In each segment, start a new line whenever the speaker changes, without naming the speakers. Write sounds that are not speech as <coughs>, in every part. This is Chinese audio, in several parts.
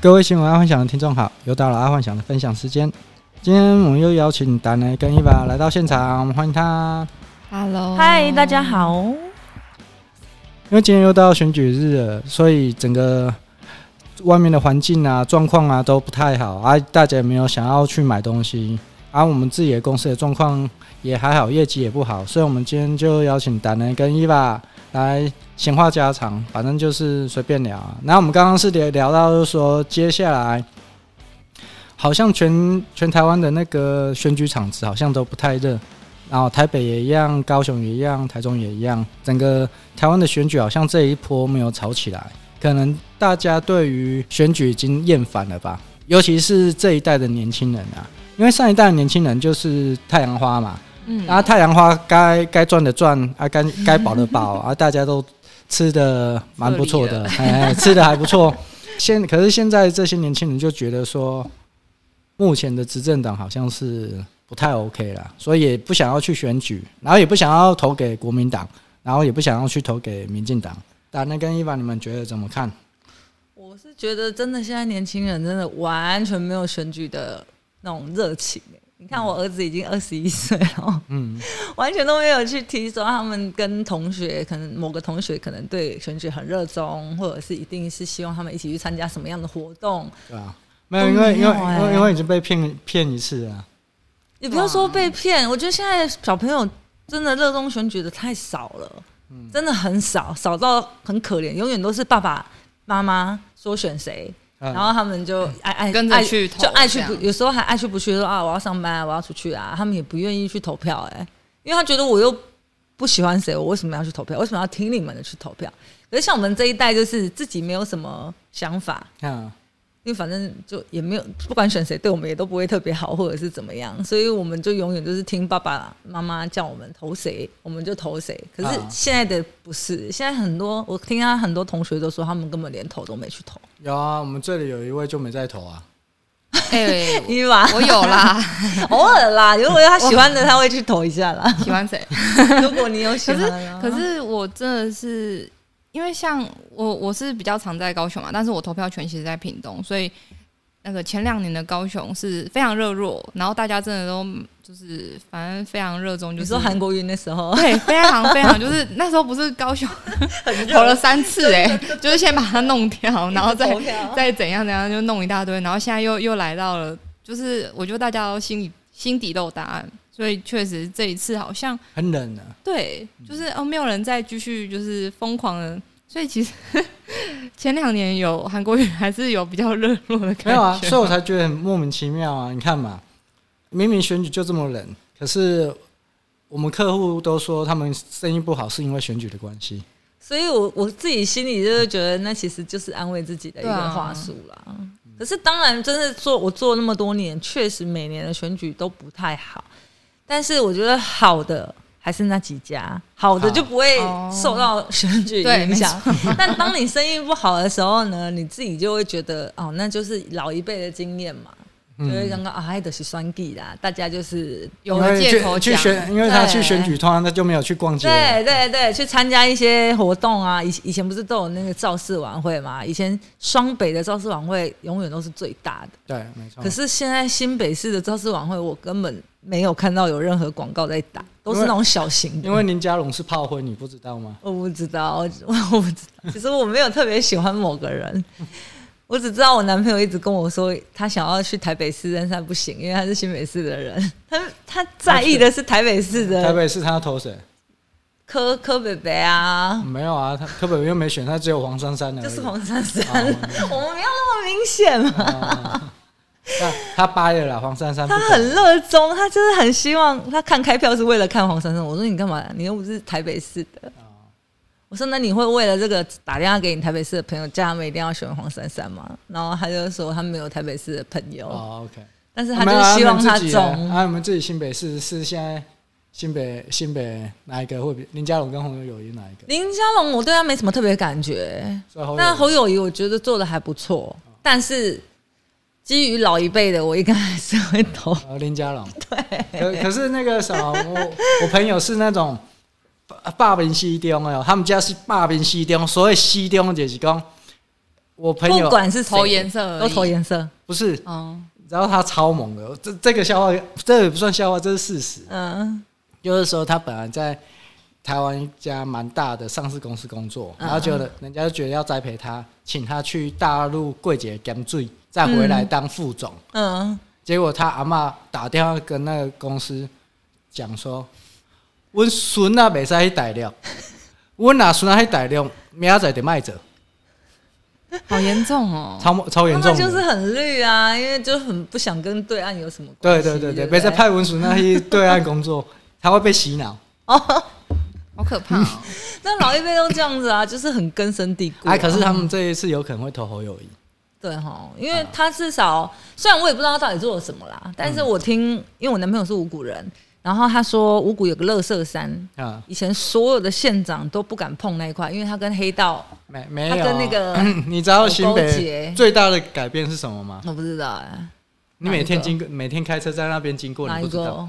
各位新闻阿幻想的听众好，又到了阿幻想的分享时间。今天我们又邀请达内跟伊娃来到现场，我们欢迎他。
Hello，
嗨，大家。好。
因为今天又到选举日了，所以整个外面的环境啊、状况啊都不太好啊，大家也没有想要去买东西。啊，我们自己的公司的状况也还好，业绩也不好，所以我们今天就邀请达人跟伊娃来闲话家常，反正就是随便聊啊。然后我们刚刚是聊聊到，就是说接下来好像全全台湾的那个选举场子好像都不太热，然后台北也一样，高雄也一样，台中也一样，整个台湾的选举好像这一波没有炒起来，可能大家对于选举已经厌烦了吧，尤其是这一代的年轻人啊，因为上一代的年轻人就是太阳花嘛，
嗯
啊
然后啊太阳花该该赚的赚啊，该该保的保啊，大家都吃的蛮不错的，哎，吃的还不错。现可是现在这些年轻人就觉得说，目前的执政党好像是不太 OK 了，所以也不想要去选举，然后也不想要投给国民党，然后也不想要去投给民进党。达那跟伊凡，你们觉得怎么看？
我是觉得真的，现在年轻人真的完全没有选举的那种热情。你看，我儿子已经二十一岁了，
嗯，
<laughs> 完全都没有去提说他们跟同学，可能某个同学可能对选举很热衷，或者是一定是希望他们一起去参加什么样的活动。
对吧、没有，因为因为
都没有哎
因为因为已经被骗骗一次了。
也不要说被骗，我觉得现在小朋友真的热衷选举的太少了，
嗯
真的很少，少到很可怜，永远都是爸爸妈妈说选谁，
嗯
然后他们就爱爱
跟着
爱
去投
就爱去
这样
不，有时候还爱去不去，说啊我要上班啊，我要出去啊，他们也不愿意去投票、哎，因为他觉得我又不喜欢谁，我为什么要去投票？为什么要听你们的去投票？可是像我们这一代，就是自己没有什么想法，
嗯，
因为反正就也没有，不管选谁，对我们也都不会特别好，或者是怎么样，所以我们就永远就是听爸爸妈妈叫我们投谁，我们就投谁。可是
啊
现在的不是，现在很多我听他很多同学都说，他们根本连投都没去投。
有啊，我们这里有一位就没在投啊。
哎、
伊娃
我有啦，
<laughs> 偶尔啦，如果他喜欢的，他会去投一下啦。
喜欢谁？
<laughs> 如果你有喜
可
欢
是
的，
可是我真的是因为像我我是比较常在高雄嘛，但是我投票权其实在屏东，所以那个前两年的高雄是非常热络，然后大家真的都就是反正非常热衷，就
你
是
说韩国瑜那时 <laughs>
<laughs>
候
对，非常非常就是那时候不是高
<laughs>
雄投了三次哎、就是先把它弄掉，然后再
投票
再怎样怎样就弄一大堆，然后现在又又来到了，就是我觉得大家都心里心底都有答案，所以确实这一次好像
很冷啊，
对，就是哦没有人再继续就是疯狂的，所以其实 <laughs> 前两年有韩国语还是有比较热络的感觉，
没有啊，所以我才觉得很莫名其妙啊！你看嘛，明明选举就这么冷，可是我们客户都说他们生意不好是因为选举的关系。
所以我我自己心里就是觉得，那其实就是安慰自己的一
对
个
啊
话术啦。可是当然，真的做我做那么多年，确实每年的选举都不太好。但是我觉得好的还是那几家，好的
好
就不会
哦
受到选举
对
影响。 <laughs> 但当你生意不好的时候呢，你自己就会觉得哦，那就是老一辈的经验嘛，就会
嗯，
刚刚啊，还得是算计啦，大家就是
有
因
了
为
借口
去去
讲，
选，因为他
对
去选举，通常他就没有去逛街。
对对对，去参加一些活动啊，以以前不是都有那个造势晚会嘛？以前双北的造势晚会永远都是最大的，
对，没错
可。是现在新北市的造势晚会，我根本没有看到有任何广告在打，都是那种小型
<laughs>
的。
因为林佳龙是炮灰，你不知道吗？
我不知道，我我不知道，其实我没有特别喜欢某个人。我只知道我男朋友一直跟我说，他想要去台北市，但是他不行，因为他是新北市的人，他他在意的是台北市
台
的
北是他投谁？
柯柯北北啊，
没有啊，他柯本又没选，他只有黄珊珊而已。
就是黄珊珊，
啊
<laughs> 我们没有那么明显嘛。
哦那他掰了啦，黄珊珊不
他
投。
很热衷，他就是很希望他看开票是为了看黄珊珊。我说你干嘛？你又不是台北市的。
啊
我说那你会为了这个打电话给你台北市的朋友，叫他们一定要选黄珊珊吗？然后他就说他没有台北市的朋友，
哦，OK。
但是
没
他
有
就是希望
他
他
们自己
中。
啊，我们自己新北市是现在新北新北哪一个会比林佳龙跟侯友谊哪一个？
林佳龙，我对他没什么特别感觉，
所以侯友宜
但侯友谊我觉得做的还不错，
啊
但是基于老一辈的，我应该还是会投。
呃，林家
<laughs>
龙。对。可可是那个什么，我我朋友是那种哦霸霸屏西中的哦，他们家是霸屏西中，所以西中就是讲，有我朋
不
友
管是谁
投颜色而已
都投颜色，
不是，
哦，
你知道他超猛的，这这个笑话，这也不算笑话，这是事实。
嗯
就是说他本来在台湾一家蛮大的上市公司工作，
嗯
然后觉得人家就觉得要栽培他，请他去大陆柜姐干醉，再回来当副总。
嗯，
结果他阿嬷打电话跟那个公司讲说：“阮孙啊，袂使去大
<laughs>
陆，阮阿孙啊去大陆，明仔载得卖走，
好严
<laughs>
重哦。
超超
他
严重
们
的。
就是很绿啊，因为就很不想跟对岸有什么关
对
系。
对对
对
对，
不
别再派文书那去对岸工
<laughs>
作，他会被洗脑。
哦，
好可怕、哦！
那老一辈都这样子啊，就是很根深蒂固啊、
哎、可是他们这一嗯次有可能会投侯友谊。
对哈，因为他至少虽然我也不知道他到底做了什么啦，但是我听，
嗯
因为我男朋友是五谷人，然后他说五谷有个乐色山，
啊，
以前所有的县长都不敢碰那一块，因为他跟黑道，
没没有啊
他跟那个
<laughs> 你知道新
有勾
北
结
最大的改变是什么吗？
我不知道哎、
你每天经过，每天开车在那边经过，
哪
你
一
不知道。
个？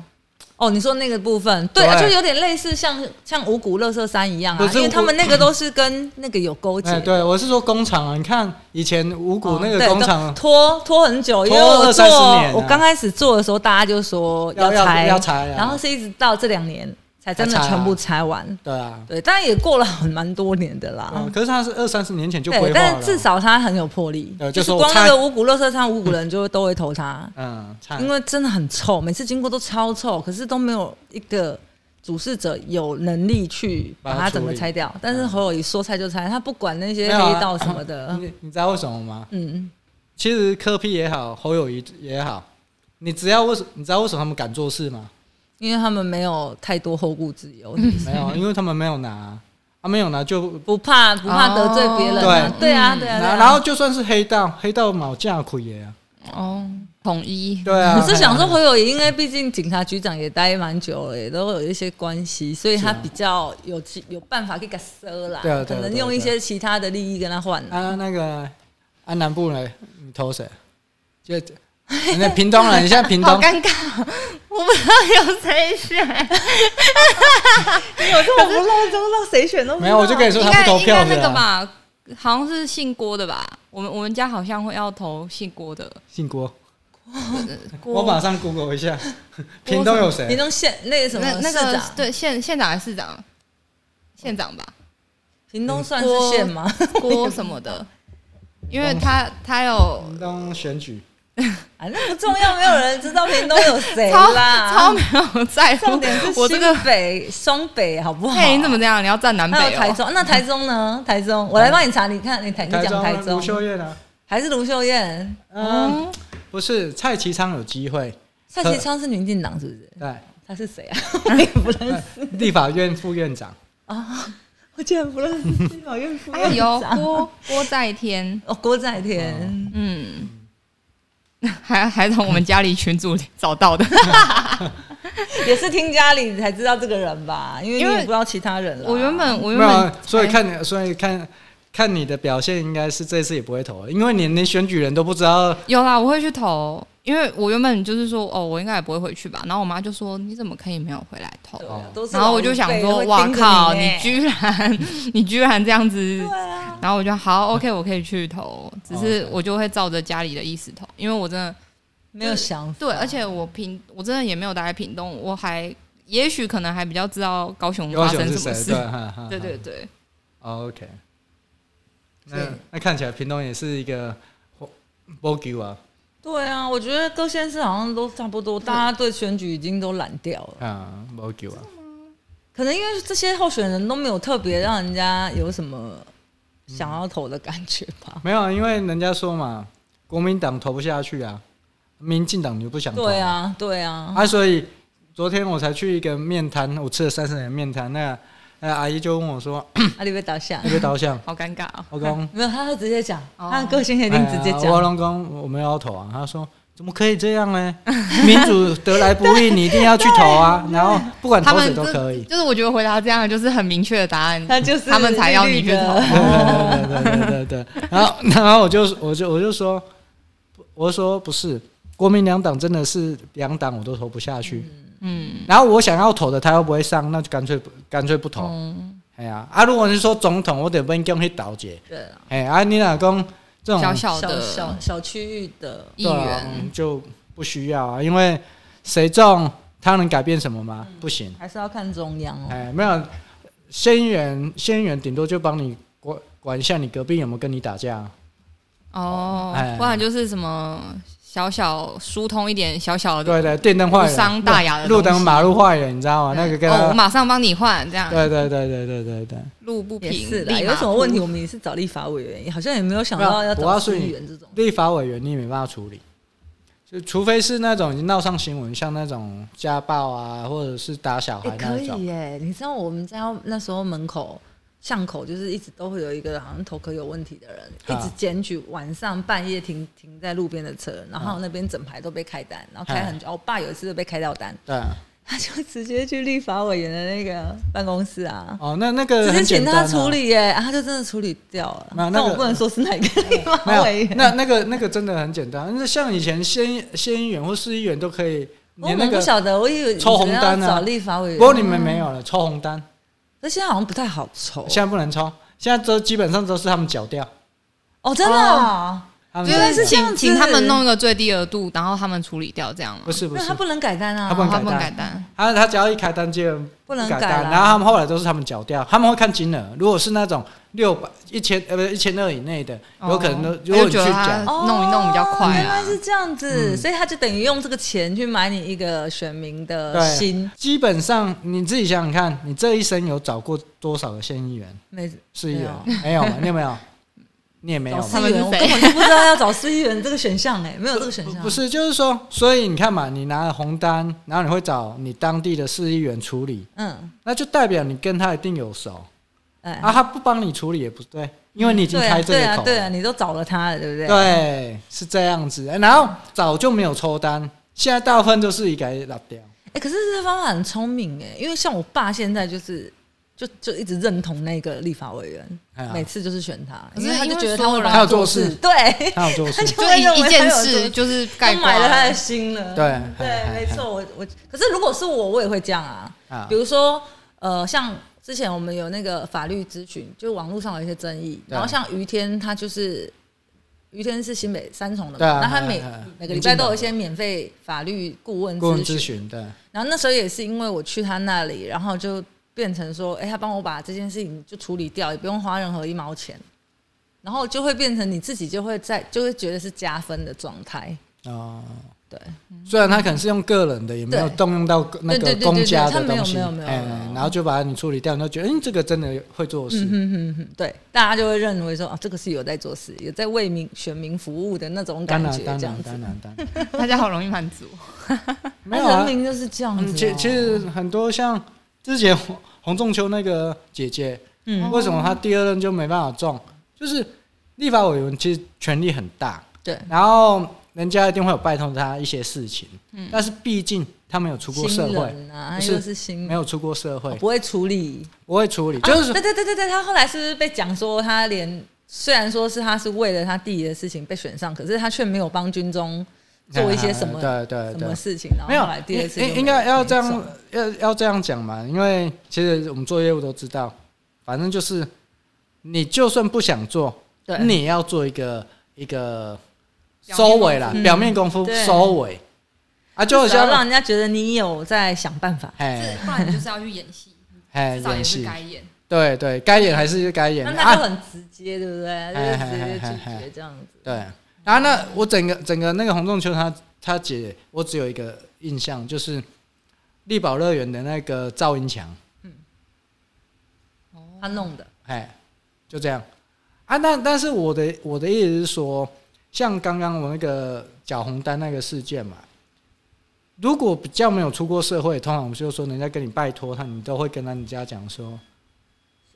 哦，你说那个部分，对，啊
对
就有点类似像像五谷乐色山一样
不
啊，
是
因为他们那个都是跟那个有勾结
哎，
的。
对，我是说工厂啊，你看以前五
哦
股那个
对
工厂
拖拖很久，因为
拖
我
二三十年啊
做我刚开始做的时候，大家就说
要要
拆
要拆啊
然后是一直到这两年才真的
才拆啊
全部拆完。
对啊，
对，当然也过了很蛮多年的啦。
嗯可是他是二三十年前就规
啊对，
划
但
了
是，至少他很有魄力，
对
就是
就说
光
拆 <laughs>
那个五谷乐色山，五谷人就都会投他，
嗯，差
因为真的很臭，每次经过都超臭，可是都没有一个主事者有能力去把
把它
它整
处
个
理嗯
拆掉。但是侯友谊说拆就拆，他不管那些
没有啊
黑道什么
<laughs>
的，
你你知道为什么吗？
嗯，
其实柯 P 也好，侯友谊也好，你只要为什你知道为什么他们敢做事吗？
因为他们没有太多后顾之忧，
没
<laughs>
有，因为他们没有拿啊，啊没有拿就
不怕不怕得罪别人、
哦
啊对啊，
嗯
对啊，对啊
拿，然后就算是黑道，黑道毛价亏也啊，
哦，统一
对啊。
我是想
嘿
说，
啊，
侯友宜应该毕竟警察局长也待蛮久了，也都有一些关系，所以他比较有机有办法给他赊啦，
啊对啊对啊
可能
对啊
用一些其他的利益跟他
嗯
换啦。
啊那个安南部呢，你投谁？就你在屏东了，你现在屏
好
东，
尴尬，我不知道有谁选，
有这么不漏中到谁选都
没有，我就跟你说
应
他不
该
投
应
票
该
的
那个
啊，
吧，好像是姓郭的吧？我们我们家好像会要投姓郭的，
姓郭。
呃郭
我马上 Google 一下， <laughs> 屏东有
你
谁？
弄县那个什么
那那
市
个
长
对县县长还是市长，县长
<laughs>
吧，
屏东算
嗯
是县吗？ <laughs>
<laughs> 郭什么的，因为他他有
屏东选举，
啊，那不重要，没有人知道屏东有谁
超 <laughs>
啦。
超没有在乎
啊重点是，
我这个
新北、双北好不好？
嘿，你怎么这样？你要站南北
还有台
哦？
中，那台
<laughs>
中呢？台中，我来帮你查，你看你台你
台
讲
中
台
啊
中
卢，秀燕啊，
还是卢秀燕？
嗯，
哦
不是蔡其昌有机会，
蔡其昌是民进党是不是？
对，
他是
<laughs>
谁啊？我也不认识
立法院副院长，
啊，我竟然不认识立法院副
哎
院
呦，
长
郭郭在天，
哦，郭在
哦
天，
<laughs> 嗯，还还从我们家里群组里找到
<laughs>
的。
也是听家里才知道这个人吧？因为你
因
也
为
不知道其他人了。
我原本我
没
原
有啊
本，
所以
才
看你，所以看看你的表现，应该是这次也不会投，因为你连选举人都不知道，
有啦，我会去投，因为我原本就是说哦，我应该也不会回去吧。然后我妈就说你怎么可以没有回来投
对？
哦
啊都是
然后我就想说哇靠，你
居
居然你居然这样子
对。啊，
然后我就好，OK，我可以去投，只是
哦 OK
我就会照着家里的意思投，因为我真的
没有想法
对，而且我屏我真的也没有待在屏东，我还也许可能还比较知道高雄
高
嗯发
雄
生
是
什么
谁？
事
对，啊哈哈
对对对，
哦，OK，那
所以
那看起来屏东也是一个 b o 啊，
对啊，我觉得各县市好像都差不多，大家对选举已经都懒掉了。
啊 b o 啊，
可能因为这些候选人都没有特别让人家有什么想要投的感觉吧。
没有啊，因为人家说嘛，国民党投不下去啊，民进党你就不想投，
对啊，对啊，
啊，所以昨天我才去一个面摊，我吃了三十年面摊，那那阿姨就问我说 <clears throat>
啊阿里被打下：“
你，被导向
好尴尬啊、？”
我讲
没有，他就直接讲，
哦
他的个 <laughs> 性一定直
哎
接
呀我
讲。
老公我没有要投啊。他说：“怎么可以这样呢？ <laughs> 民主得来不易，你一定要去投啊！然后不管
他
投谁
们
都
这
可以。
就是我觉得回答这样就是很明确的答案，
他就是
他们才要你去
绿的
投。
对”对对对对对对。然后然后我就我就我就说，我就说不是，国民两党真的是两党我都投不下去。
嗯，
然后我想要投的他又不会上，那就干脆不干脆不投。
嗯，
哎呀，啊，如果你说总统，我得问讲去倒解。
对啊，
哎、啊，你若讲这种
小小
小
的
小小区域的，
议
对啊
员，
我们就不需要啊，因为谁中他能改变什么
嗯
吗？不行。
还是要看中央哦。
哎，没有，县议员，县议员顶多就帮你管管一下你隔壁有没有跟你打架。啊
哦
哎，
不然就是什么小小疏通一点小小的
对
啊
对，电灯坏
无
了，
伤大雅的
路
东
灯
西
马路坏了，你知道吗？那个跟
哦，我
他，
马上帮你换这样，
对对对对对对对。
路不
也
平，
是的，
立
有
马
什么问题
铺
我们也是找立法委员，好像也没有想到要
没有我
找
告诉
市
你
议员这种。
立法委员你没办法处理，就除非是那种已经闹上新闻，像那种家暴啊，或者是打小
也、
孩
哎可
那种。
以耶，你知道我们家那时候门口巷口就是一直都会有一个好像头壳有问题的人，
啊
一直检举晚上半夜停停在路边的车，然
嗯
后那边整排都被开单，然后开很久。哦我爸有一次就被开到单，
对，
他就直接去立法委员的那个办公室啊。
哦，那那个
直
很
接
简
请
单、啊，
他处理耶、啊他就真的处理掉了。
没有那
但
个嗯
我不能说是哪个
没
立法委
有，
员。
那那个那个真的很简单，那像以前县县议员或市议员都可以，
哦我
连那
们
个
不晓得，我以为你
抽红
只要
单啊
找立法委员。
不过你们没有了，抽红单
那现在好像不太好抽。
现在不能抽，现在都基本上都是他们缴掉，
哦，真的、啊，
他们
就
缴掉
原来
是
是这样
请
子
请他们弄一个最低额度，然后他们处理掉这样吗
不？是不
那、
是
他，不能改单啊，
他不能
他
改
们
单
改单，
他他只要一开单就
不能
改
改
单，
啦
然后他们后来都是他们缴掉，他们会看金额，如果是那种六百一千呃不一千二以内的，有可能都
哎
哦
如果
就
你去
觉得他
缴，
哦
弄一弄比较快啊
原来是这样子，
嗯
所以他就等于用这个钱去买你一个选民的
对
心，
基本上你自己想想看，你这一生有找过多少个县议员、
没
市议员
没？
没有嘛，你有没有？你也没有
找
嘛。
市议员，
他
我
们
根
是谁
本就不知道要找市议员这个选项哎、没有这个选
不
项，
不是，就是说，所以你看嘛，你拿了红单，然后你会找你当地的市议员处理，
嗯，
那就代表你跟他一定有熟
哎、
啊。他不帮你处理也不对，因为你已经
对啊
开这
对
个
啊
口
对啊，
了。
你都找了他了，对不对？啊
对，啊是这样子。哎然后早就没有抽单，现在大部分都是一改拉掉。
哎、可是这个方法很聪明哎、因为像我爸现在就是就就一直认同那个立法委员，
哎呀
每次就是选他，
可是
因为他就觉
因为
得他
所有
会
人
帮
他有做
做
事
对，
<laughs> 他有做事
他， <laughs> 就
就
会认
一
为
一
他
件
有做
事就是盖
他买了他
棺
的。心了。
对
对
哎，哎
没错。我我可是如果是我，我也会这样啊。
啊
比，如说，呃，像之前我们有那个法律咨询，就网络上有一些争议，
对
然后像于天他就是。于天是新北三重的
对
嘛，
啊
那他
哎
每
哎哎
每个礼拜都有一
民
些免费法律顾问
顾问
咨
咨
询，
询对，
然后那时候也是因为我去他那里，然后就变成说，哎、他帮我把这件事情就处理掉，也不用花任何一毛钱，然后就会变成你自己就会在就会觉得是加分的状态，
哦。
对。
虽然他可能是用个人的，也没有
嗯对
动用到那
对对
个
对对
公家
他
的
没有
东西，
没有没有
哎
没有
然后就把你处理掉，你就觉得，嗯，这个真的会做事
嗯，哼哼哼，对，大家就会认为说啊，这个是有在做事，有在为民选民服务的那种
当
感
然
觉，
当
<laughs> 这样
然
子。
当然当然，
大家好容易满足，
没有
啊
啊
人，民就是这样子、哦
嗯，其其，实很多像之前洪洪仲秋那个姐姐，
嗯，
为什么她第二任就没办法中？就是立法委员其实权力很大，
对，
然后人家一定会有拜托他一些事情，但是毕竟他没有出过社
嗯新
会，
人啊，
不
他
是
又是新
没有出过社
哦
会，
不会处理，
不会处理，就是
啊对对对对对，他后来是不是被讲说他连虽然说是他是为了他弟的事情被选上，可是他却没有帮军中做一些什么、
啊 <laughs> 对对
什
对
么，事情，然
没
后
有
后来，第二
应
次就
应
没
应该要
没
这
中
样，要要这样讲嘛，因为其实我们做业务都知道，反正就是你就算不想做，
对，
你要做一个一个
表面
收尾啦
功，夫嗯
表面功夫
对
收尾啊，就
就
好
是要让
像
人家觉得你有在想办法，
<laughs> 哎
嗯不然你就是要去演戏，
哎
至少也
演
是
戏，
该演。
对对，该演还是该演
那他就
啊，
很直接，对不对？
哎
就是直接
哎
拒
哎
绝这样子。
对。然后那我整个整个那个洪仲秋他他姐，我只有一个印象，就是力宝乐园的那个赵英强。
他弄的。
哎，就这样啊。但但是我的我的意思是说，像刚刚我那个缴红单那个事件嘛，如果比较没有出过社会，通常我们就说人家跟你拜托他，你都会跟人家讲说，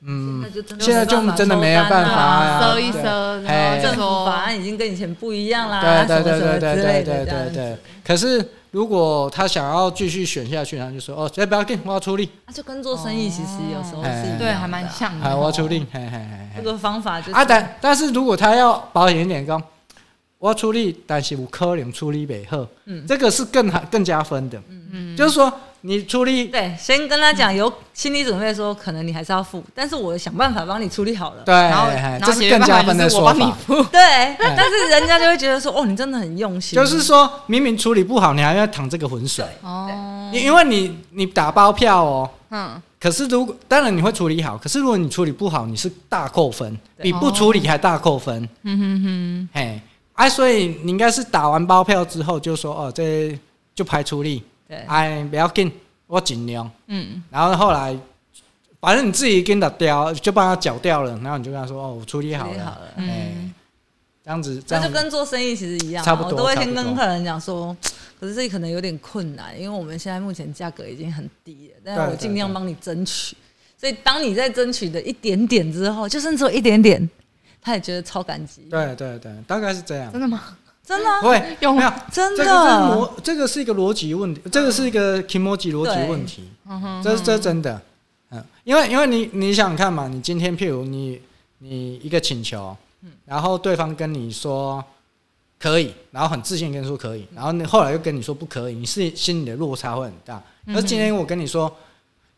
嗯，
就真
现在就真的没有办法啊
收一
对
收，
哎
然后
政
就
府法
说
案已经跟以前不一样啦，
对对
啊
对
什么什么
对对
之
对
类的
对
这样
对
子，
对。可是如果他想要继续选下去，他就说哦，这不要紧，我要出力，
啊就跟做生意其实有时候
哦
是一样的
哎
对，还蛮。像
哎，
的。
我要出力，嘿嘿嘿嘿
哦这。个方法就是
啊，但但是如果他要保险一点讲，我处理，但是有可能处理袂好，
嗯
这个是更好更加分的。
嗯，
就是说，你出力，
对，先跟他讲有心理准备，说可能你还是要付，但是我想办法帮你处理好了。
对，
然后
哎
然
这
后你
是更加
办
分
法
的
就是我
说
帮你
法。
付，
<laughs> 对，但是人家就会觉得说，哦，你真的很用心。
就是说明明处理不好，你还要淌这个浑水，
嗯
哦，
因因为你你打包票哦。
嗯，
可是如果当然你会处理好，可是如果你处理不好，你是大扣分，
对
比不处理还大扣分。
嗯哼哼，
嘿，哎，所以你应该是打完包票之后就说哦，这就排处理，
对
哎，不要紧，我尽量。
嗯，
然后后来，反正你自己跟他掉，就帮他缴掉了，然后你就跟他说哦，我处理好
处理
了，
好了
哎
嗯
这样子，这
这
样
就
子
跟做生意其实一样啊，
差不多
我都会
差
先
不多
跟客人讲说，可是这里可能有点困难，因为我们现在目前价格已经很低了，但
对
是我尽量
对对
帮你争取。所以当你在争取的一点点之后，就剩只有一点点，他也觉得超感激。
对对对，大概是这样
真。的吗？
真的啊、
会
用
没有？
真
这个是
的，
逻，这个是一个逻辑问题，这个是一个 i m o j i 逻辑问题，
嗯哼
这这真的，嗯，因为因为你你想想看嘛，你今天譬如你你一个请求，
嗯
然后对方跟你说可以，然后很自信地跟你说可以，然后你后来又跟你说不可以，你是心里的落差会很大。
嗯哼
而今天我跟你说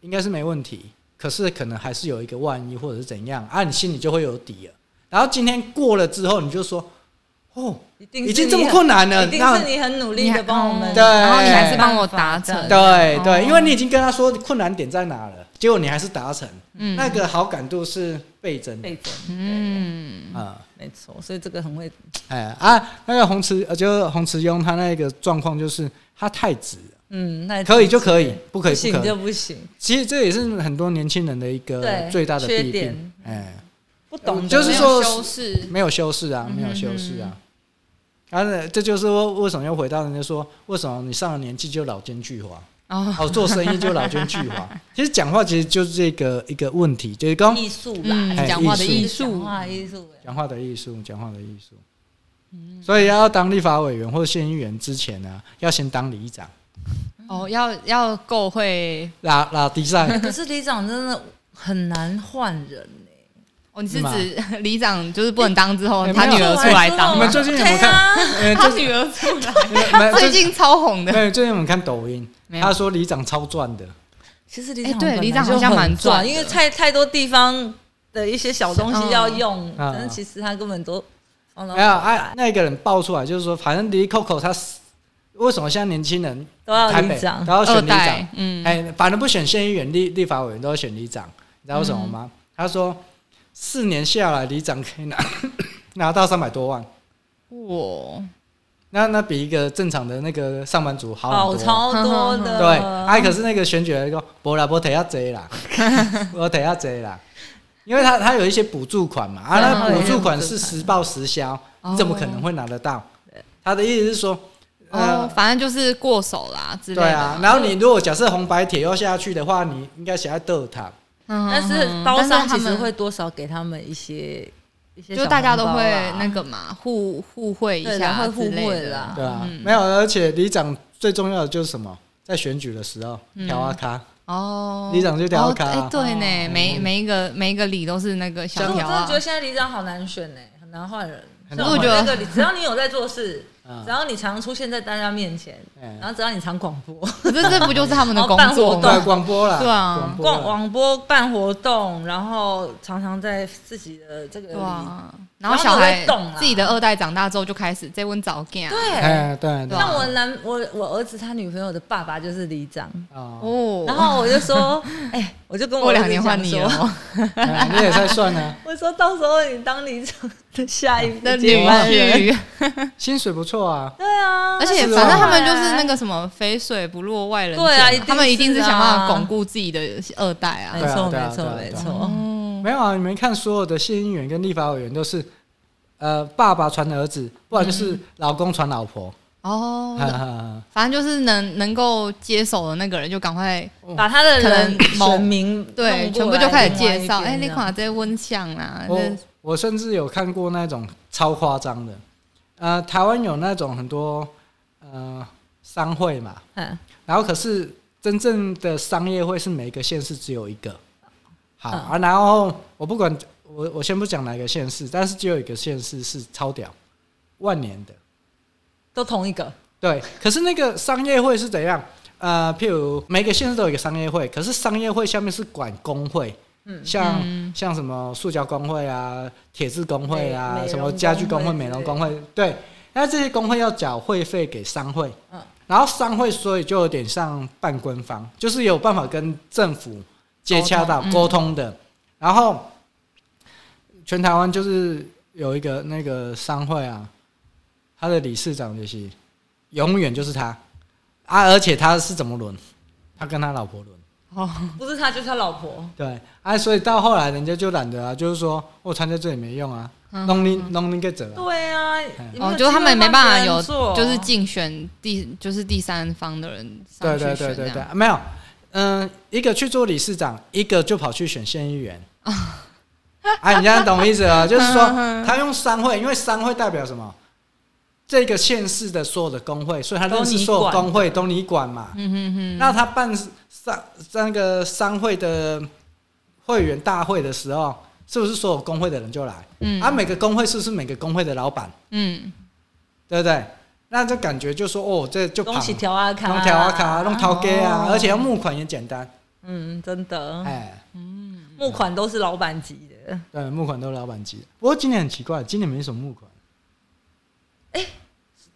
应该是没问题，可是可能还是有一个万一或者是怎样啊，你心里就会有底了。然后今天过了之后，你就说哦，
一定
已
是
经
你
这么
很
困难了，
一定
那嗯
是你很努力的帮我们，
对
嗯然后你还是帮我达成，
对
哦
对，因为你已经跟他说困难点在哪了，结果你还是达成，
嗯
那个好感度是倍增的
倍增，嗯，
嗯，
啊。
没错，所以这个很会，
哎啊，那个洪池呃，就是洪池庸他那个状况就是他太直了，
嗯，那
可以就可以，不可以不
不行
可以
就。不行，
其实这也是很多年轻人的一个
对
最大的
缺
弊病
点，
哎，
不懂得
就是
没
说
有修饰，
没有修饰啊，
嗯
没有修饰啊。啊，那这就是为为什么又回到人家说，为什么你上了年纪就老奸巨猾，
哦，
哦，做生意就老奸巨猾。其实讲话其实就是这个一个问题，就是刚
艺术啦，
嗯
哎，
讲话的
艺
艺
讲
术，
话艺术，哎
讲话的艺术，讲话的艺术。
嗯
所以要当立法委员或县议员之前呢，要先当里长，
哦，要要够会，
拉拉低
<laughs>
赛。
<laughs> 可是里长真的很难换人欸
哦，你是
是吗
指 <laughs> 里长就是不能当之后，
哎
他
没有
女儿出来当
你
吗
们，最近有没有
对
看？
啊，
呃
他
最近
女儿出来，
你们你们
最
最
近超红的，
对最近我们看抖音，
没有
他说里长超赚的，
其实里长
哎对
本来
里长
就
好像
很
蛮赚
赚，
的
啊因为太太多地方的一些小东西要用，
嗯
但是其实他根本都放
哦
到
没有啊，那个人爆出来就是说，反正离 Coco 他死为什么现在年轻人
都要
台
啊里
北
长
都，要
哦二
选里长
代？，嗯，
哎，反正不选县议员、立立法委员都要选里长，你知道为什么吗？
嗯
他说四年下来，里长可以拿 <coughs> 拿到三百多万。
哇，
那那比一个正常的那个上班族好
哦
好
很多。
超多
<laughs>
的，
对，哎，可是那个选举那个，不啦，我提要贼
<laughs>
啦，我提要贼啦，因为他他有一些补助款嘛，啊，
对
那
他有
补
一些
助款
补助
是
款哦
实报实销，你怎么可能会拿得到？他的意思是说，
哦，
呃，
反正就是过手啦之类
对
的，
啊，然后你如果假设红白铁要下去的话，你应该写在豆塔，
嗯，
但是
嗯
包商
但
其
是他
实
们
会多少给他们一些一些小
就
红包啦，啊
大家都会那个嘛，互互惠一
对
下
啦会互
之类
惠
的
啦
对啊，
嗯
没有，而且里长最重要的就是什么，在选举的时候
嗯
调啊卡，
哦，
里长就调卡
哦哎对
哦
呢，每每一个每一个里都是那个
可是
小
我真
条
的
啊
觉，得现在里长好难选呢，很难换人。
很
所
难
以我
换啊
觉
人
得那个里， <laughs> 只要你有在做事，
嗯
只要你常出现在大家面前，
嗯
然后只要你常广播，
可是这不就是他们的
然
工
后办
作
活
对
吗
动？
广播啦，
对啊
广播
广
啦
广播办活动，然后常常在自己的这个
对
里
啊，然
然
后
后
小孩
就会动啦啊
自己的二代长大之后就开始在问早啊干，
对。啊
哎，对对
对啊
像我男我我儿子他女朋友的爸爸就是里长，
哦，
哦，
然后我就说， <laughs> 哎，我就跟我
过两
儿子
年
讲
换你
说
了哦，
哎你也在算呢，
<laughs> 我说到时候你当里长的下一
的
个
女
接班人， <laughs>
婿，
薪水不错啊，
对啊，
而且
是
反正他们
啊
就是那个什么肥水不落外人田
对啊一定
他们一定是
是啊
想办法巩固自己的二代啊
没，
对啊
错
对啊
没错
对啊
没
对啊
错，
哦，
没有啊，你们看所有的县议员跟立法委员都是，呃，爸爸传儿子，不然就是老公传老婆。
哦
哈哈哈
反正就是能能够接手的那个人就赶快
把他的
可
人
能某
选民
对，全
弄过
部
来
就开始
另外
介
一
绍，
边
哎，你
这样
看这温相啊，
哦
我
这
我甚至有看过那种超夸张的，呃，台湾有那种很多呃商会嘛，
嗯
然后可是真正的商业会是每个县市只有一个。好、
嗯
啊，然后我不管我我先不讲哪个县市，但是只有一个县市是超屌，万年的。
都同一个，
对，可是那个商业会是怎样？呃，譬如每个县市都有一个商业会，可是商业会下面是管工会，
嗯
像、
嗯
像什么塑胶工会啊、铁制工会啊
美、
什
美
么
容
家具工
工
会、
会
美容
之
工会，对，那这些工会要缴会费给商会，
嗯
然后商会所以就有点像半官方，就是有办法跟政府接洽到
沟通嗯
沟通的，然后全台湾就是有一个那个商会啊，他的理事长就是永远就是他啊，而且他是怎么轮？他跟他老婆轮。
哦，
不是他就是他老婆，
对，啊，所以到后来人家就懒得啊，就是说我参加这里没用啊，
嗯
弄你弄你个走啊，
对啊，
哦，就是他们没办法有，
就
就是竞选第就是第三方的人
对
上去
对
选
对
这
对
样
对，没有，嗯，一个去做理事长，一个就跑去选县议
<laughs>
员，啊，你这样懂意思啊？就是
嗯
说他用商会，因为商会代表什么？这个县市的所有的工会，所以他认识所有工会都你管嘛。
嗯哼哼，
那他办商那个商会的会员大会的时候，是不是所有工会的人就来？
嗯
啊，每个工会是不是每个工会的老板，
嗯
对不对？那这感觉就说哦，这就
恭喜
旁
调阿卡，
弄条啊卡，弄条街啊
哦，
而且要募款也简单，
嗯，真的，
哎，
募款都是老板级的，
对，募款都是老板级的。不过今年很奇怪，今年没什么募款，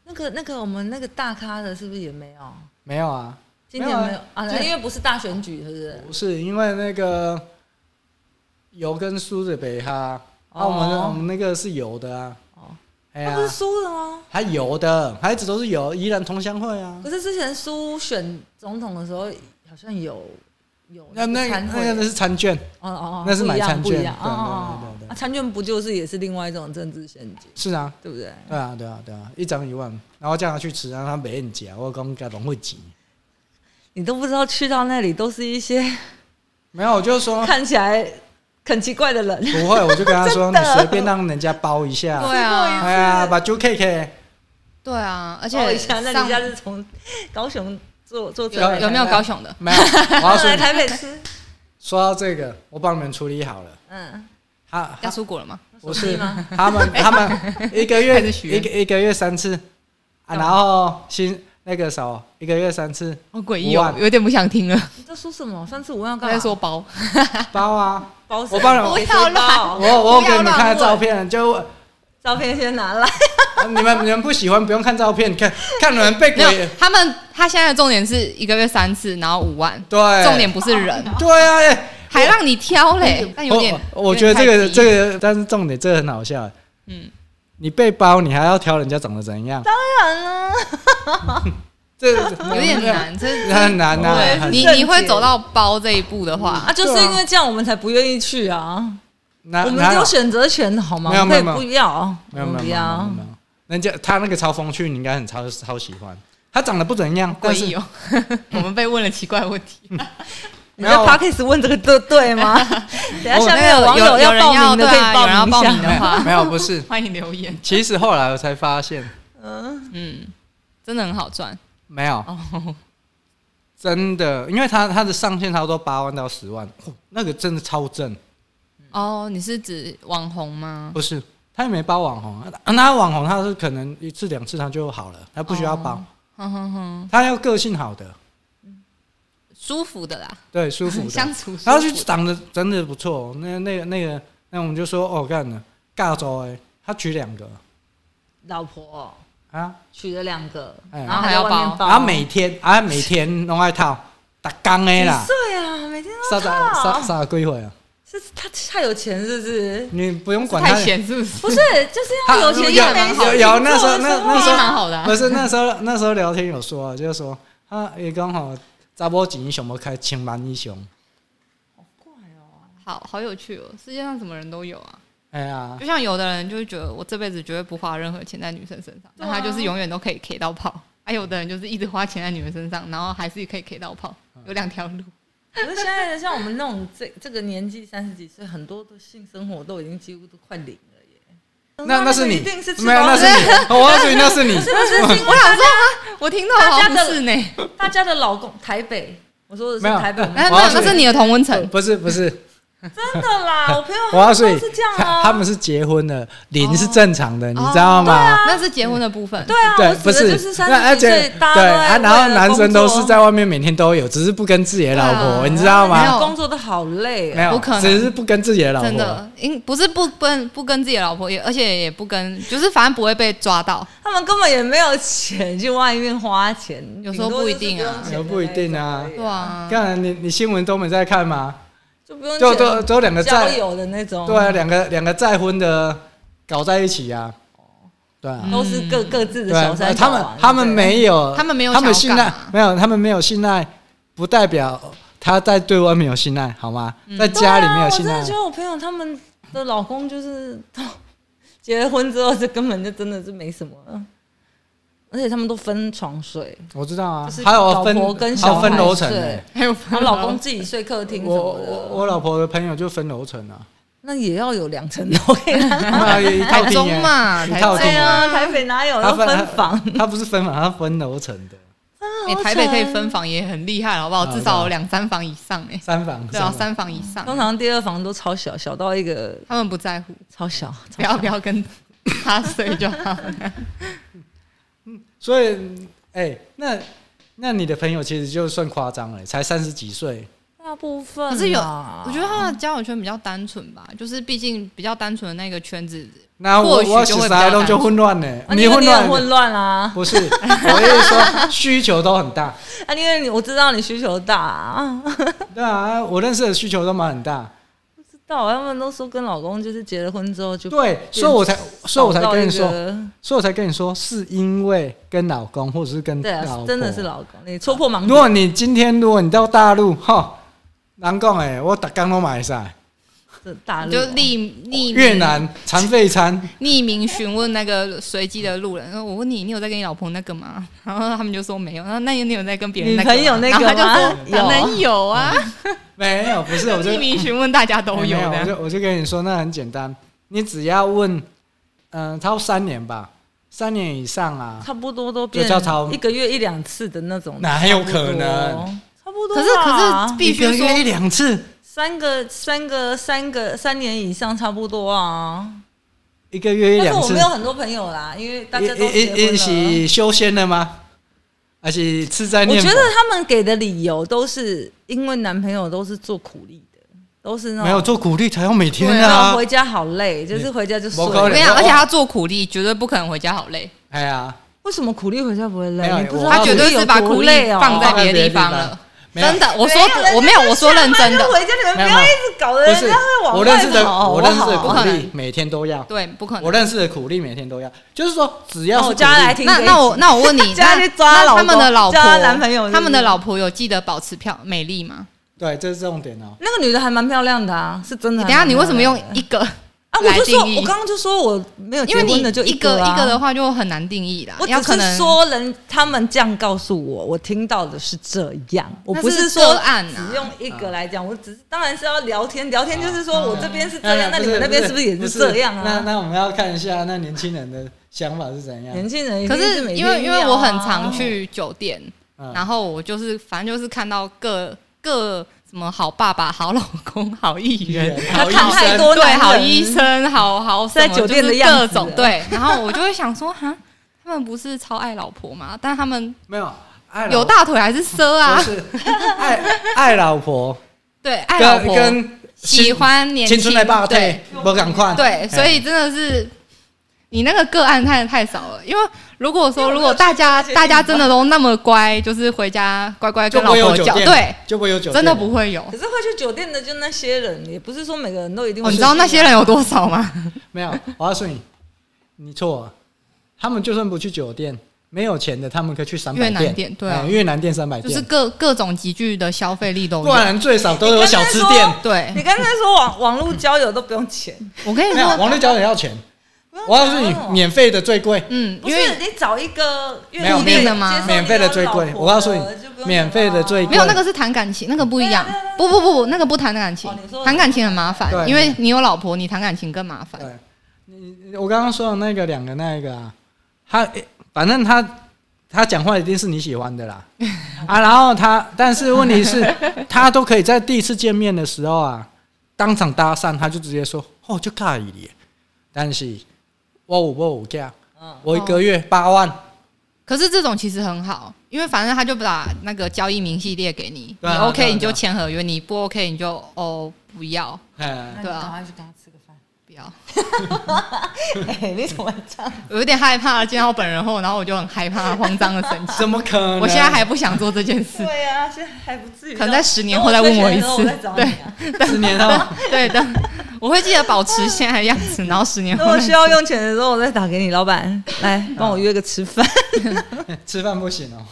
那个那个我们那个大咖的是不是也没有？
没有啊，
今年
没
没
有
有
啊
啊，
今年
因为不是大选举，是不是？
不是因为那个油跟苏的北哈，啊，我们
哦
我们那个是油的啊，
哦，
哎
他
呀
不是，输了吗？
还油的，还一直都是油，宜兰同乡会啊
可，是之前苏选总统的时候，好像有有
那那
那
个
参哦会
那个是餐券，
哦哦哦，
那是买
不一样
餐券
不一样
对对
哦哦
对对对
哦，啊餐券不就是也是另外一种政治陷阱，
是啊，
对不对？
对啊，对啊，对啊，一张一万，然后叫他去吃，让他没人夹，我讲该龙会急。
你都不知道去到那里都是一些
没有，我就说
<laughs> 看起来很奇怪的人，
不会，我就跟他说，你
<laughs> 真的
随便让人家包一下，
对啊
哎呀，把酒 K K，
对啊，而且
哦我一下，那
上
你下次从高雄坐坐车
有有没有高
雄？
雄的？
没有，我要说
来台
<laughs>
北吃，
说到这个，我帮你们处理好了。
嗯，
他
要
他
出国了吗？
不
手
是
机吗
他们
<laughs>
他们一个
开
月
始许
一
愿哦
个一个月三次啊，
干嘛
然后新那个什么一个月三次
好诡
异哦五万
有点不想听了。
你在说什么？上次我要
他
干
在
嘛？
说包， <laughs>
包啊，
包
我帮你
不要
我
乱
乱，
我
不
给
要
你们看
乱问
照片，就
照片先拿来。
你们你们不喜欢不用看照片，看看你们被
没
鬼
有。他们他现在的重点是一个月三次，然后五万，
对，
重点不是人，
哦
对啊，哎
还让你挑嘞，但有点，
哦我我觉得这个这
个，
个，但是重点这个很好笑。
嗯，
你被包，你还要挑人家长得怎样？
当然啊了，
<laughs> 这
有点，难，这
这很难呐、
对
很
你
正
你会
解
走到包这一步的话
啊，，就是因为这样我们才不愿意去啊。
哪
我
哪
们
有
有选择权的好吗？
没有
我们
没
可
有
以不要，
没有
我
没有没有
们不
没有
要
没。有，人家他那个超风趣，你应该很超超喜欢。他长得不怎样，
诡
但
异
是
<laughs> 哦。我们被问了奇怪的问题， <laughs>
你在
没有
Parkes 问这个对对吗？等一下下面
那个
网
有有
要
人
报
要
名的
对
可
啊，有人要
以
报
名
名
一
的
下。
话，
没有不是。
欢迎留言。
其实后来我才发现，
嗯，
嗯，真的很好赚
没有
哦。
真的，因为他他的上限差不多八万到十万、哦那个真的超正，
哦，你是指网红吗？
不是他也没包网红，啊那网红他是可能一次两次他就好了，他不需要包，
哦哼哼哼，
他要个性好的，
舒服的啦，
对，舒服的
<laughs> 相。处舒服的。
然后就长得真的不错，哦那那个那个，那我们就说哦，干了，尬州哎，他娶两个
老婆
啊，
娶了两个，
哎
然后还在外面包，
然后每天啊每天弄外套，打刚的
几
啦，
岁啊？每天
啥
哦
都
啥啥
套，
啥归回啊，
是他太有钱是不是？
你不用管他
太。闲是不是？
不是，就是
他
要有钱
有
也没
有
钱
有
你
那时候
做的
那那
话
时
蛮好的
候
啊
不是那时候那时候聊天有说啊，就是说他也刚好查波锦英雄要开千万英雄，
好怪哦，
好好有趣哦，世界上什么人都有啊。
哎呀，
就像有的人就会觉得我这辈子绝对不花任何钱在女生身上，那、
对啊
他就是永远都可以 K 到炮。还、有的人就是一直花钱在女人身上，然后还是可以 K 到炮，有两条 <laughs> 路。
可是现在的像我们那种这这个年纪三十几岁，很多的性生活都已经几乎都快零了耶。
那那是你
一定是，吃
没有
饱
那是
了
你， <laughs> 我告诉你那是你，
不是是
我想说啊，我听到好像
大家
不
的
是呢，
大家的老公台北，我说的
没有
是台北，我们
那
我要
那
是
那是你的同温层
不是不是，
真的
<laughs>
啦，我朋友很
哇，
多
所以
都哦是这样
他
啊，
他们是结婚的，零是
哦
正常的，你
哦
知道吗？
那是结婚的部分。
对啊，
对，
我
不
指的
是，
就是三
那而
十几
且
岁，大家
对
都在
啊，然
为
后
了
男生都
工作
是在外面每天都有，只是不跟自己的老婆，
对啊
你知道
没
吗？
有
工作都好累
没
啊，
有，
不可能
只是不跟自己的老
真
婆。
的，因不是不跟不跟自己的老婆，也而且也不跟，就是反正不会被抓到。
他们根本也没有钱去外面花钱，
有时候
顶多
不一
就是
定啊
用钱的
有不一定啊
那一种而已
对，啊，
当然，你你新闻都没在看吗？
就不用
就
钱
都都两个
交
再
友的哦那种，
对啊，两个两个再婚的搞在一起啊，对啊，
哦都是
嗯
各各自的
对
小
啊，
三小
他
王
们他们
对
没有，
他们没有啊
他们
想
信
要干
赖
嘛
没有，他们没有信赖，不代表他在对外面有信赖，好吗？在家里面有信
嗯对啊
赖
我真的觉，得我朋友他们的老公就是都结了婚之后，这根本就真的是没什么了，而且他们都分床睡，
我知道啊
就是，
还有
老婆
分
跟
还
小
有分
孩
楼层
睡
欸
还有
她老公自己睡客厅什
我
么
我
的，
我老婆的朋友就分楼层
<laughs>
啊，
那也要有两
<laughs>
层楼给她。
那一套
台
厅
中
耶
嘛，
一
台
套
中
厅
<laughs> 对
耶
啊，台北哪有要分房？
他不是分房，他分楼层的，
哎、台北可以分房也很厉害，好不好？
啊
至少有两三房以上哎、
三房，
对啊，
房
三房以上，
通常第二房都超小，小到一个
他们不在乎，
超小，
不要不要跟他睡就好了。
所以，哎，那那你的朋友其实就算夸张了，才三十几岁，
大部分
可是有
啊
我觉得他的交友圈比较单纯吧，就是毕竟比较单纯的那个圈子，
那我
或许
我
就会
十
比较
三弄
单
就
纯
混乱呢
啊，
你
因为
混
你
乱
很
了，
混乱啊！
不是，我的意思说需求都很大，
啊，因为你我知道你需求大啊，
对啊，我认识的需求都蛮很大，
知道他们都说跟老公就是结了婚之后就
对，所以我才，所以我才跟你
找
说，
到一个
所以我才跟你说，是因为跟老公或者是跟
对
老
啊，
婆，
真的是老公，你戳破盲
如
点。
果你今天如果你到大陆，哈，难讲哎，我打刚都买晒，
这大陆
就
哦
匿匿名
越南残废餐，
匿名询问那个随机的路人，说我问你，你有在跟你老婆那个吗？ <laughs> 然后他们就说没有，然后那你有在跟别人
女
那个吗
朋友那个
然后他
吗
就说当然有啊，
<laughs>
没有，不是，我就
匿名询问大家都
哎没
有
有，我
的。
就我就跟你说，那很简单，你只要问，嗯、超三年吧，三年以上啊，
差不多都变
就叫超
一个月一两次的那种，
哪有
差不多
可能？
差不多
可是可
吧，
是必须
一个月一
说，
两次，
三个三个三个三年以上差不多啊。
一个月一
但是
两
我
次
没有，很多朋友啦，因为大
一
家都结
一一
婚了。
起修仙了吗？而且吃斋
我
念
觉
佛
得，他们给的理由都是因为男朋友都是做苦力的，都是那种
没有做苦力才要每天
那种
啊，
回家好累，就是回家就睡
没。可
我
能
跟你讲，而且他做苦力绝对不可能回家好累，
哎呀，
为什么苦力回家不会累
没有？
你不知道
我
他绝对是把
苦
苦
力
力
有多累哦
放在别的地方了。真的，我说我没有，我说认真的
人家，回家你们不要一直搞得
不
人
是
家会往
我认识
外
的，
跑
我认识的
好不
苦
好
可
力
能
每天都要，
对，不可能
我。认识的苦力每天都要，就是说只要
那
是
哦我
苦
叫他
力
来听
那
这一
那我
集
那我
<laughs>
问你，
叫他去
那
抓
那
老
他们
公
的老
叫
婆、
他男朋友是不是
他们的老婆有记得保持漂美丽吗？
对，这是重点哦。
那个女的还蛮漂亮的啊，是真的
你
还
等一下
蛮漂亮的。
你为什么用一个
啊？我
来
就说，
定义？
我刚刚就说我没有
因
结
为你
婚的就
一
个
一
啊
个的，话就很难定义啦。
我
要可
只
能
是说人他们这样告诉我，我听到的是这样，我
那
不
是
说
个案啊
只用一个来讲，我只是当然是要聊天，聊天就是说
啊
我这边是这样，那你们那边是不是也
不
是这样
那
啊？
那我们要看一下，那年轻人的想法是怎样？
年轻人一
可
定
是
每
因为
天
因为
要
我
啊
很常去酒店，
嗯
然后我就是反正就是看到各各什么好爸爸、好老公、好艺人。
好
他
医
看太
生
多
对，
男
好
人
医生，好好什么
在酒店的
就是
样子
各种
啊
对，然后我就会想说，哈，他们不是超爱老婆吗？但他们
没有爱老
有大腿还是奢啊
不？是 <laughs> 爱爱老婆，
对，爱老
跟
婆
跟
喜欢年轻
青春的霸
对
对，不赶快哎
对，所以真的是你那个个案看的太少了。因为如果说如果大家
因为我没有
大家
去过这些地方
真的都那么乖，就是回家乖乖
就
跟
不
老
会有
婆
酒
讲，
店，
对，，
就不会有酒店，
真的不会有。
可是会去酒店的就那些人，也不是说每个人都一定
哦
会
你知
去酒店
道
啊。
那些人有多少吗？
没有。我告诉你，你错了，他们就算不去酒店，没有钱的，他们可以去三
越
百
南
店，
店对啊
哎越南店三百
就是
店，
各各种集聚的消费力都
不
有。
然最少都有小吃店。
对
你，刚才说网网络交友都不用钱，
我跟你
没有，
说，
王六角也要钱。
不用
<laughs> 我告诉你
交
哦
友，
免费的最贵，
嗯，
不
因为
是你找一个月
没有
固定的吗
接受你
免费的最贵
老婆
我告诉你
就不用
免费的最
钱
没有那个是谈感情，那个不一样
对啊对啊对。啊
不不不不，那个不谈感情
哦你说，
谈感情很麻
对
烦，因为你有老婆，你谈感情更麻烦
对。你我刚刚说的那个两个那一个啊，他诶反正他他讲话一定是你喜欢的
<laughs>
啦啊，然后他但是问题是，他都可以在第一次见面的时候啊，当场搭讪，他就直接说：“哦，就尬意你。”但是我有我有价，
嗯
我一个月
哦
八万，
可是这种其实很好，因为反正他就把那个交易明细列给你，
对啊对
你
啊
OK 你
对啊
就签合约，你不 OK 你就哦不要
嗯，
对啊
快去跟他吃个饭。
不要，
哎，你怎么这样？
我有点害怕见到本人后，然后我就很害怕、慌张的神
<laughs>
情。
怎么可能？
我现在还不想做这件
<laughs>
事，
<laughs> 对啊，现在还不至于到。
可能在十年后再问我一
等我退学的时
次
候。我再找
对
你啊
十年哦后，
对的，我会记得保持现在的样子，然后十年
等
后
我需要用钱的时候，我再打给你，老板来帮我约个吃饭。
<laughs> 吃饭不行
<laughs>
哦。
<laughs>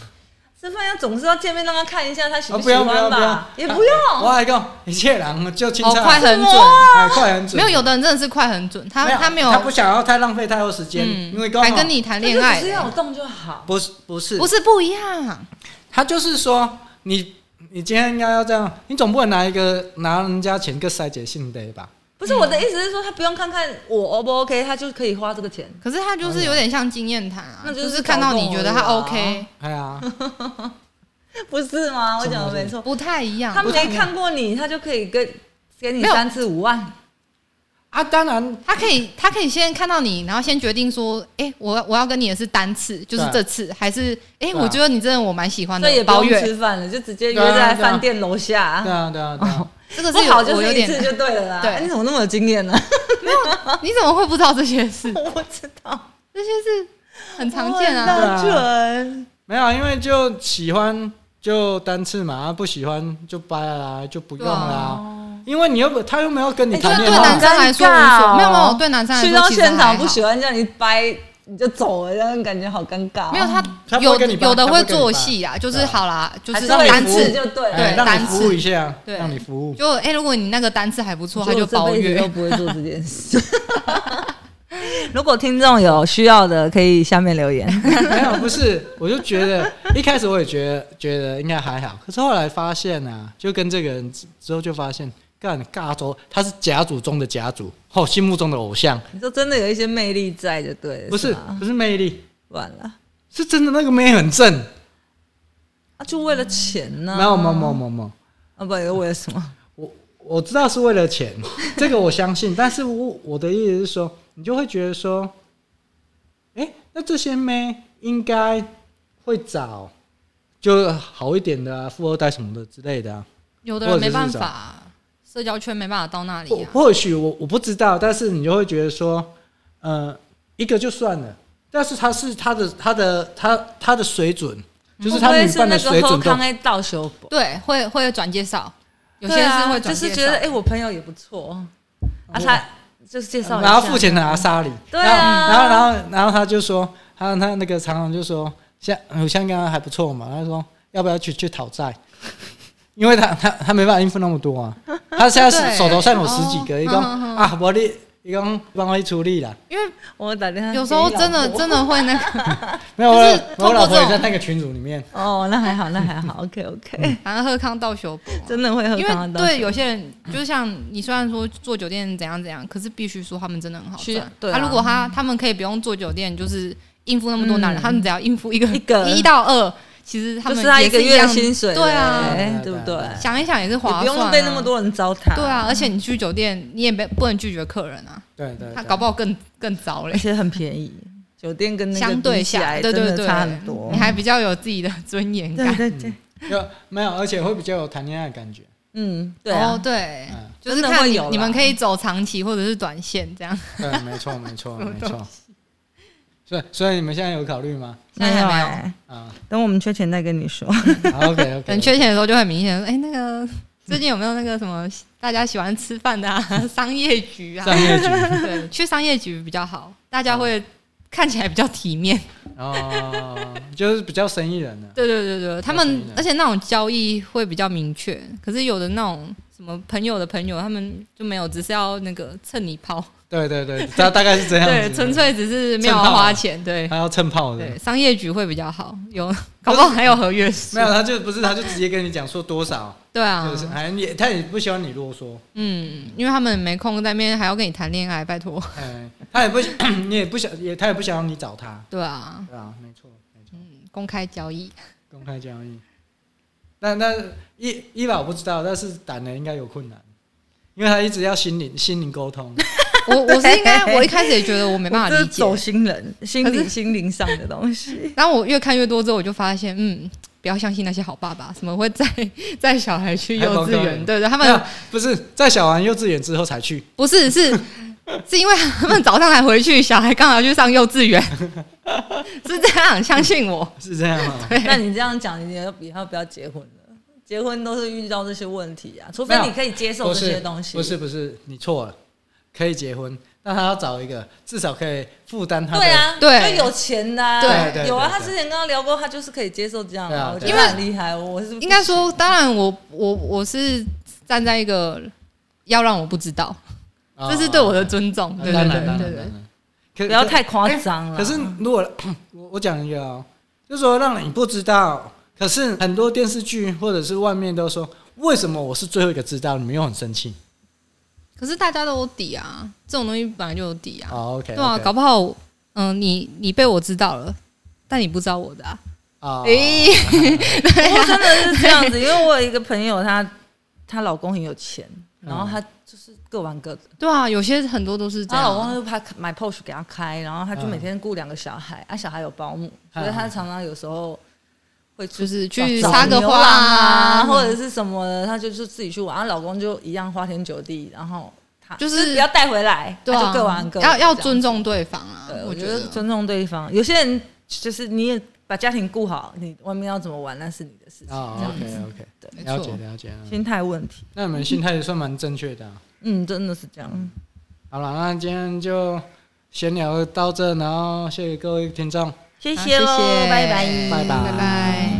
吃饭要总是要见面，让他看一下他喜
啊，不
喜
用不
欢
用不
吧
用，，
也不用。
我还讲一切人就青
哦
菜，
快很准，
哎快很准，
没有有的人真的是快很准，他他没有嗯
他不想要太浪费太多时间，因为刚
还
好
跟你谈
那就
恋爱
只，是要有动就好。
不是不是
不是不一样，
他就是说你你今天应该要这样，你总不能拿一个拿人家钱个塞姐信得吧？
不是我的意思是说，他不用看看我 O 不 OK，他就可以花这个钱。
可是他就是有点像经验谈啊，
那就
就是是看到你觉得他
搞懂而已啊
OK，
哎
<laughs>
呀，
不是吗？我讲的没错，
不太一样
他。没看过你，他就可以跟给你
没有
三至五万。
啊，当然
他可以，他可以先看到你，然后先决定说，哎、我我要跟你的是单次，就是这次，还是哎、
对啊
我觉得你真的我蛮喜欢
这
的
也，
啊包
不用
月
吃饭了，就直接约
对啊
在
对啊
饭店楼下
对。啊对啊对啊，
这个
不
是有
好就
我有
是一
点
次，就对了啦。
对
哎你怎么那么有经验呢？
<laughs> 你怎么会不知道这些事？
我不知道，
这些事很常见啊。
我很准。
没有，因为就喜欢就单次嘛，啊不喜欢就掰了啦，就不用啦。
啊
因为你又不，他又没有跟你
哎
谈
对
恋
男
爱，
生来说
好尴
无
尬哦
所没有没有，对男生来说
去到
其实
现
还
场
好
不喜欢叫你掰，你就走了，这样感觉好尴尬哦。
没有
他
他
不会
有
跟你掰
有的
他不会
会
跟你
做
掰
戏啊，就
对
是
啊
好啦，就
还
是
是会
单
服务
次
就对
哎
了。
让你
单次
服务一下，
对
让你服务。
就哎、如果你那个单次还不错，他就
我
包
这辈子
月
都。不会做这
<laughs>
件事。如果听众有需要的，可以下面留言。 <laughs>
<laughs> 没有，不是，我就觉得一开始我也觉得觉得应该还好，可是后来发现啊，就跟这个人之之后就发现，干尬州他是甲组中的甲组，哦，心目中的偶像，
你说真的有一些魅力在就对了，
不是
吗
不是魅力，
完了
是真的那个妹很正，
啊，就为了钱呢、
没有没有没有没有没有，
啊，不，又为了什么？
我我知道是为了钱，这个我相信，但是我我的意思是说，你就会觉得说，哎、那这些妹应该会找就好一点的啊，富二代什么的之类的啊。
有的人没办法，社交圈没办法到那里
或
啊。
或许我我不知道，但是你就会觉得说，呃，一个就算了，但是他是他的他的他他的水准，就是他
会
女
不会
伴的
是那
水
个喝
准都
康 A 倒修补，
对，会会转介绍，有些
对
是
啊
会转介绍、
就是觉得哎、我朋友也不错啊，他就是介绍一下，
哦嗯然后付钱的拿沙里，
对啊
然后然后然后然后他就说，他他那个常常就说，像我像刚刚还不错嘛，他说要不要去去讨债， <laughs> 因为他他他没办法应付那么多啊，他现在手
对
手头上有十几个，
哦
一共
嗯嗯嗯
啊我你一共帮我处理啦，
因为
我打电话给你
有
老
时
婆，
候真的真的会那个， <laughs>
没有
就
我
是
老
通
我
过
老婆
这
也
种
在那个群组里面，
哦，那还好，那还好，OK
嗯
OK，
反正喝康到修补啊、
真的会喝
因
康
为
安倒修
对有些人，就像你虽然说做酒店怎样怎样，可是必须说他们真的很好
需
赚。
对啊
他如果他他们可以不用做酒店，就是应付那么多男人，
嗯
他们只要应付一个
一个
一到二，其实他们
就是他
也
一个
一
月的
样
薪水了，
对啊，
哎
对
对不
啊
对
对啊？
想一想也是
也
划
不
算、
用
啊。
被那么。多人糟蹋，
对啊，而且你去酒店，你也没不能拒绝客人啊，
对对，对
他搞不好更更糟嘞
而。且很便宜，酒店跟那个
相对
比起来
下，对
真
对
的
对，
差很多
你。还比较有自己的尊严
对
感。
对对，
就没有，而且会比较有谈恋爱的感觉。
嗯，对啊
哦，，对
嗯，
就
真
是
的
看
会
你
有啦
你们可以走长期或者是短线这样。
对，没错，没错，没错。所以，所以你们现在有考虑吗？
现在还没有
哎
啊
等我们缺钱再跟你说。
，OK，OK，
<laughs> 等缺钱的时候就很明显说，哎，那个最近有没有那个什么大家喜欢吃饭的 <laughs> 啊，商业局啊？
上业局
对，去商业局比较好，大家会看起来比较体 <laughs> 面。
哦，就是比较生意人的。
对对对对，他
生
们
意的
而且那种交易会比较明确，可是有的那种什么朋友的朋友，他们就没有，只是要那个蹭你泡，
对对对，大大概是这样子。
对，纯粹只是没有
蹭炮啊
要花钱，对
他要蹭炮的。
对，商业局会比较好，有 <laughs> 搞不好还有合约书
没，有，他就不是，他就直接跟你讲说多少，
对啊
就，是哎，你他也不喜欢你啰嗦，
嗯，因为他们没空在那边还要跟你谈恋爱，拜托，
哎，他也不 <clears throat> 你也不想，也他也不想让你找他，
对啊，
对啊，没错，没错，
嗯，公开
<laughs>
交易，
公开交易。但但伊伊娃我不知道，但是胆呢应该有困难。因为他一直要心灵心灵沟通，
我我是应该，我一开始也觉得我没办法
<laughs>
这
理
是
解，
走心人、心
可
灵、
是
心灵上的东西。
然后我越看越多之后，我就发现，嗯，不要相信那些好爸爸，什么会 <laughs> 带带小孩去幼稚
还包
园，
干
对对，他
没有
们
不是在小完幼稚园之后才去，
不是是是因为 <laughs> 他们早上才回去，小孩刚好去上幼稚园， <laughs> 是这样，相
<laughs>
信我。
是这样
<laughs>
吗？
那你这样讲，你要以后不要结婚了。结婚都是遇到这些问题啊，除非
没有
你可以接受
不
这
是
些东西。
不是不是，你错了，可以结婚，但他要找一个至少可以负担他的。
对啊，
对
就有钱的、啊，
对
对对
有啊。
对
他之前刚刚聊过，他就是可以接受这样
对啊
我觉
对
得
啊
他很厉害。我是不
应该说，当然我我我是站在一个要让我不知道，
哦，
这是对我的尊重，对对
啊当然当然
对对
当
对
然。。可
不要太夸张
嗯
了。
可是如果 <coughs> 我我讲一个哦，就说让你不知道，可是很多电视剧或者是外面都说，为什么我是最后一个知道，你们又很生气？
可是大家都有底啊，这种东西本来就有底啊，
哦，OK，
对啊，搞不好，嗯、你你被我知道了，但你不知道我的啊，
啊，
诶、
不过真的是这样子，因为我有一个朋友，她她老公很有钱，
嗯
然后她就是各玩各的。
对啊，有些很多都是这
她
样啊。
老公就怕买 POS 给她开，然后她就每天雇两个小孩，
嗯
啊，小孩有保姆，所以她常常有时候会出
就是去
找
插个
牛
花
郎啊，
啊，
或者是什么的，她就是自己去玩。她老公就一样花天酒地，然后她
就是
不要带回来，
对
她
啊，
就各玩各的。
要
这
要
样子
尊重对方啊
对，，
我
我觉
得
得尊重对方。有些人就是你也把家庭顾好，你外面要怎么玩那是你的事情，
啊
这样
，OK OK，
没
了解
错。
了解。嗯
心态问题。
那你们心态也算蛮正确的啊。
嗯，真的是这样。
好了，那今天就闲聊到这，然后谢谢各位听众，
谢
好
谢喽，拜拜，
拜拜
啊拜拜。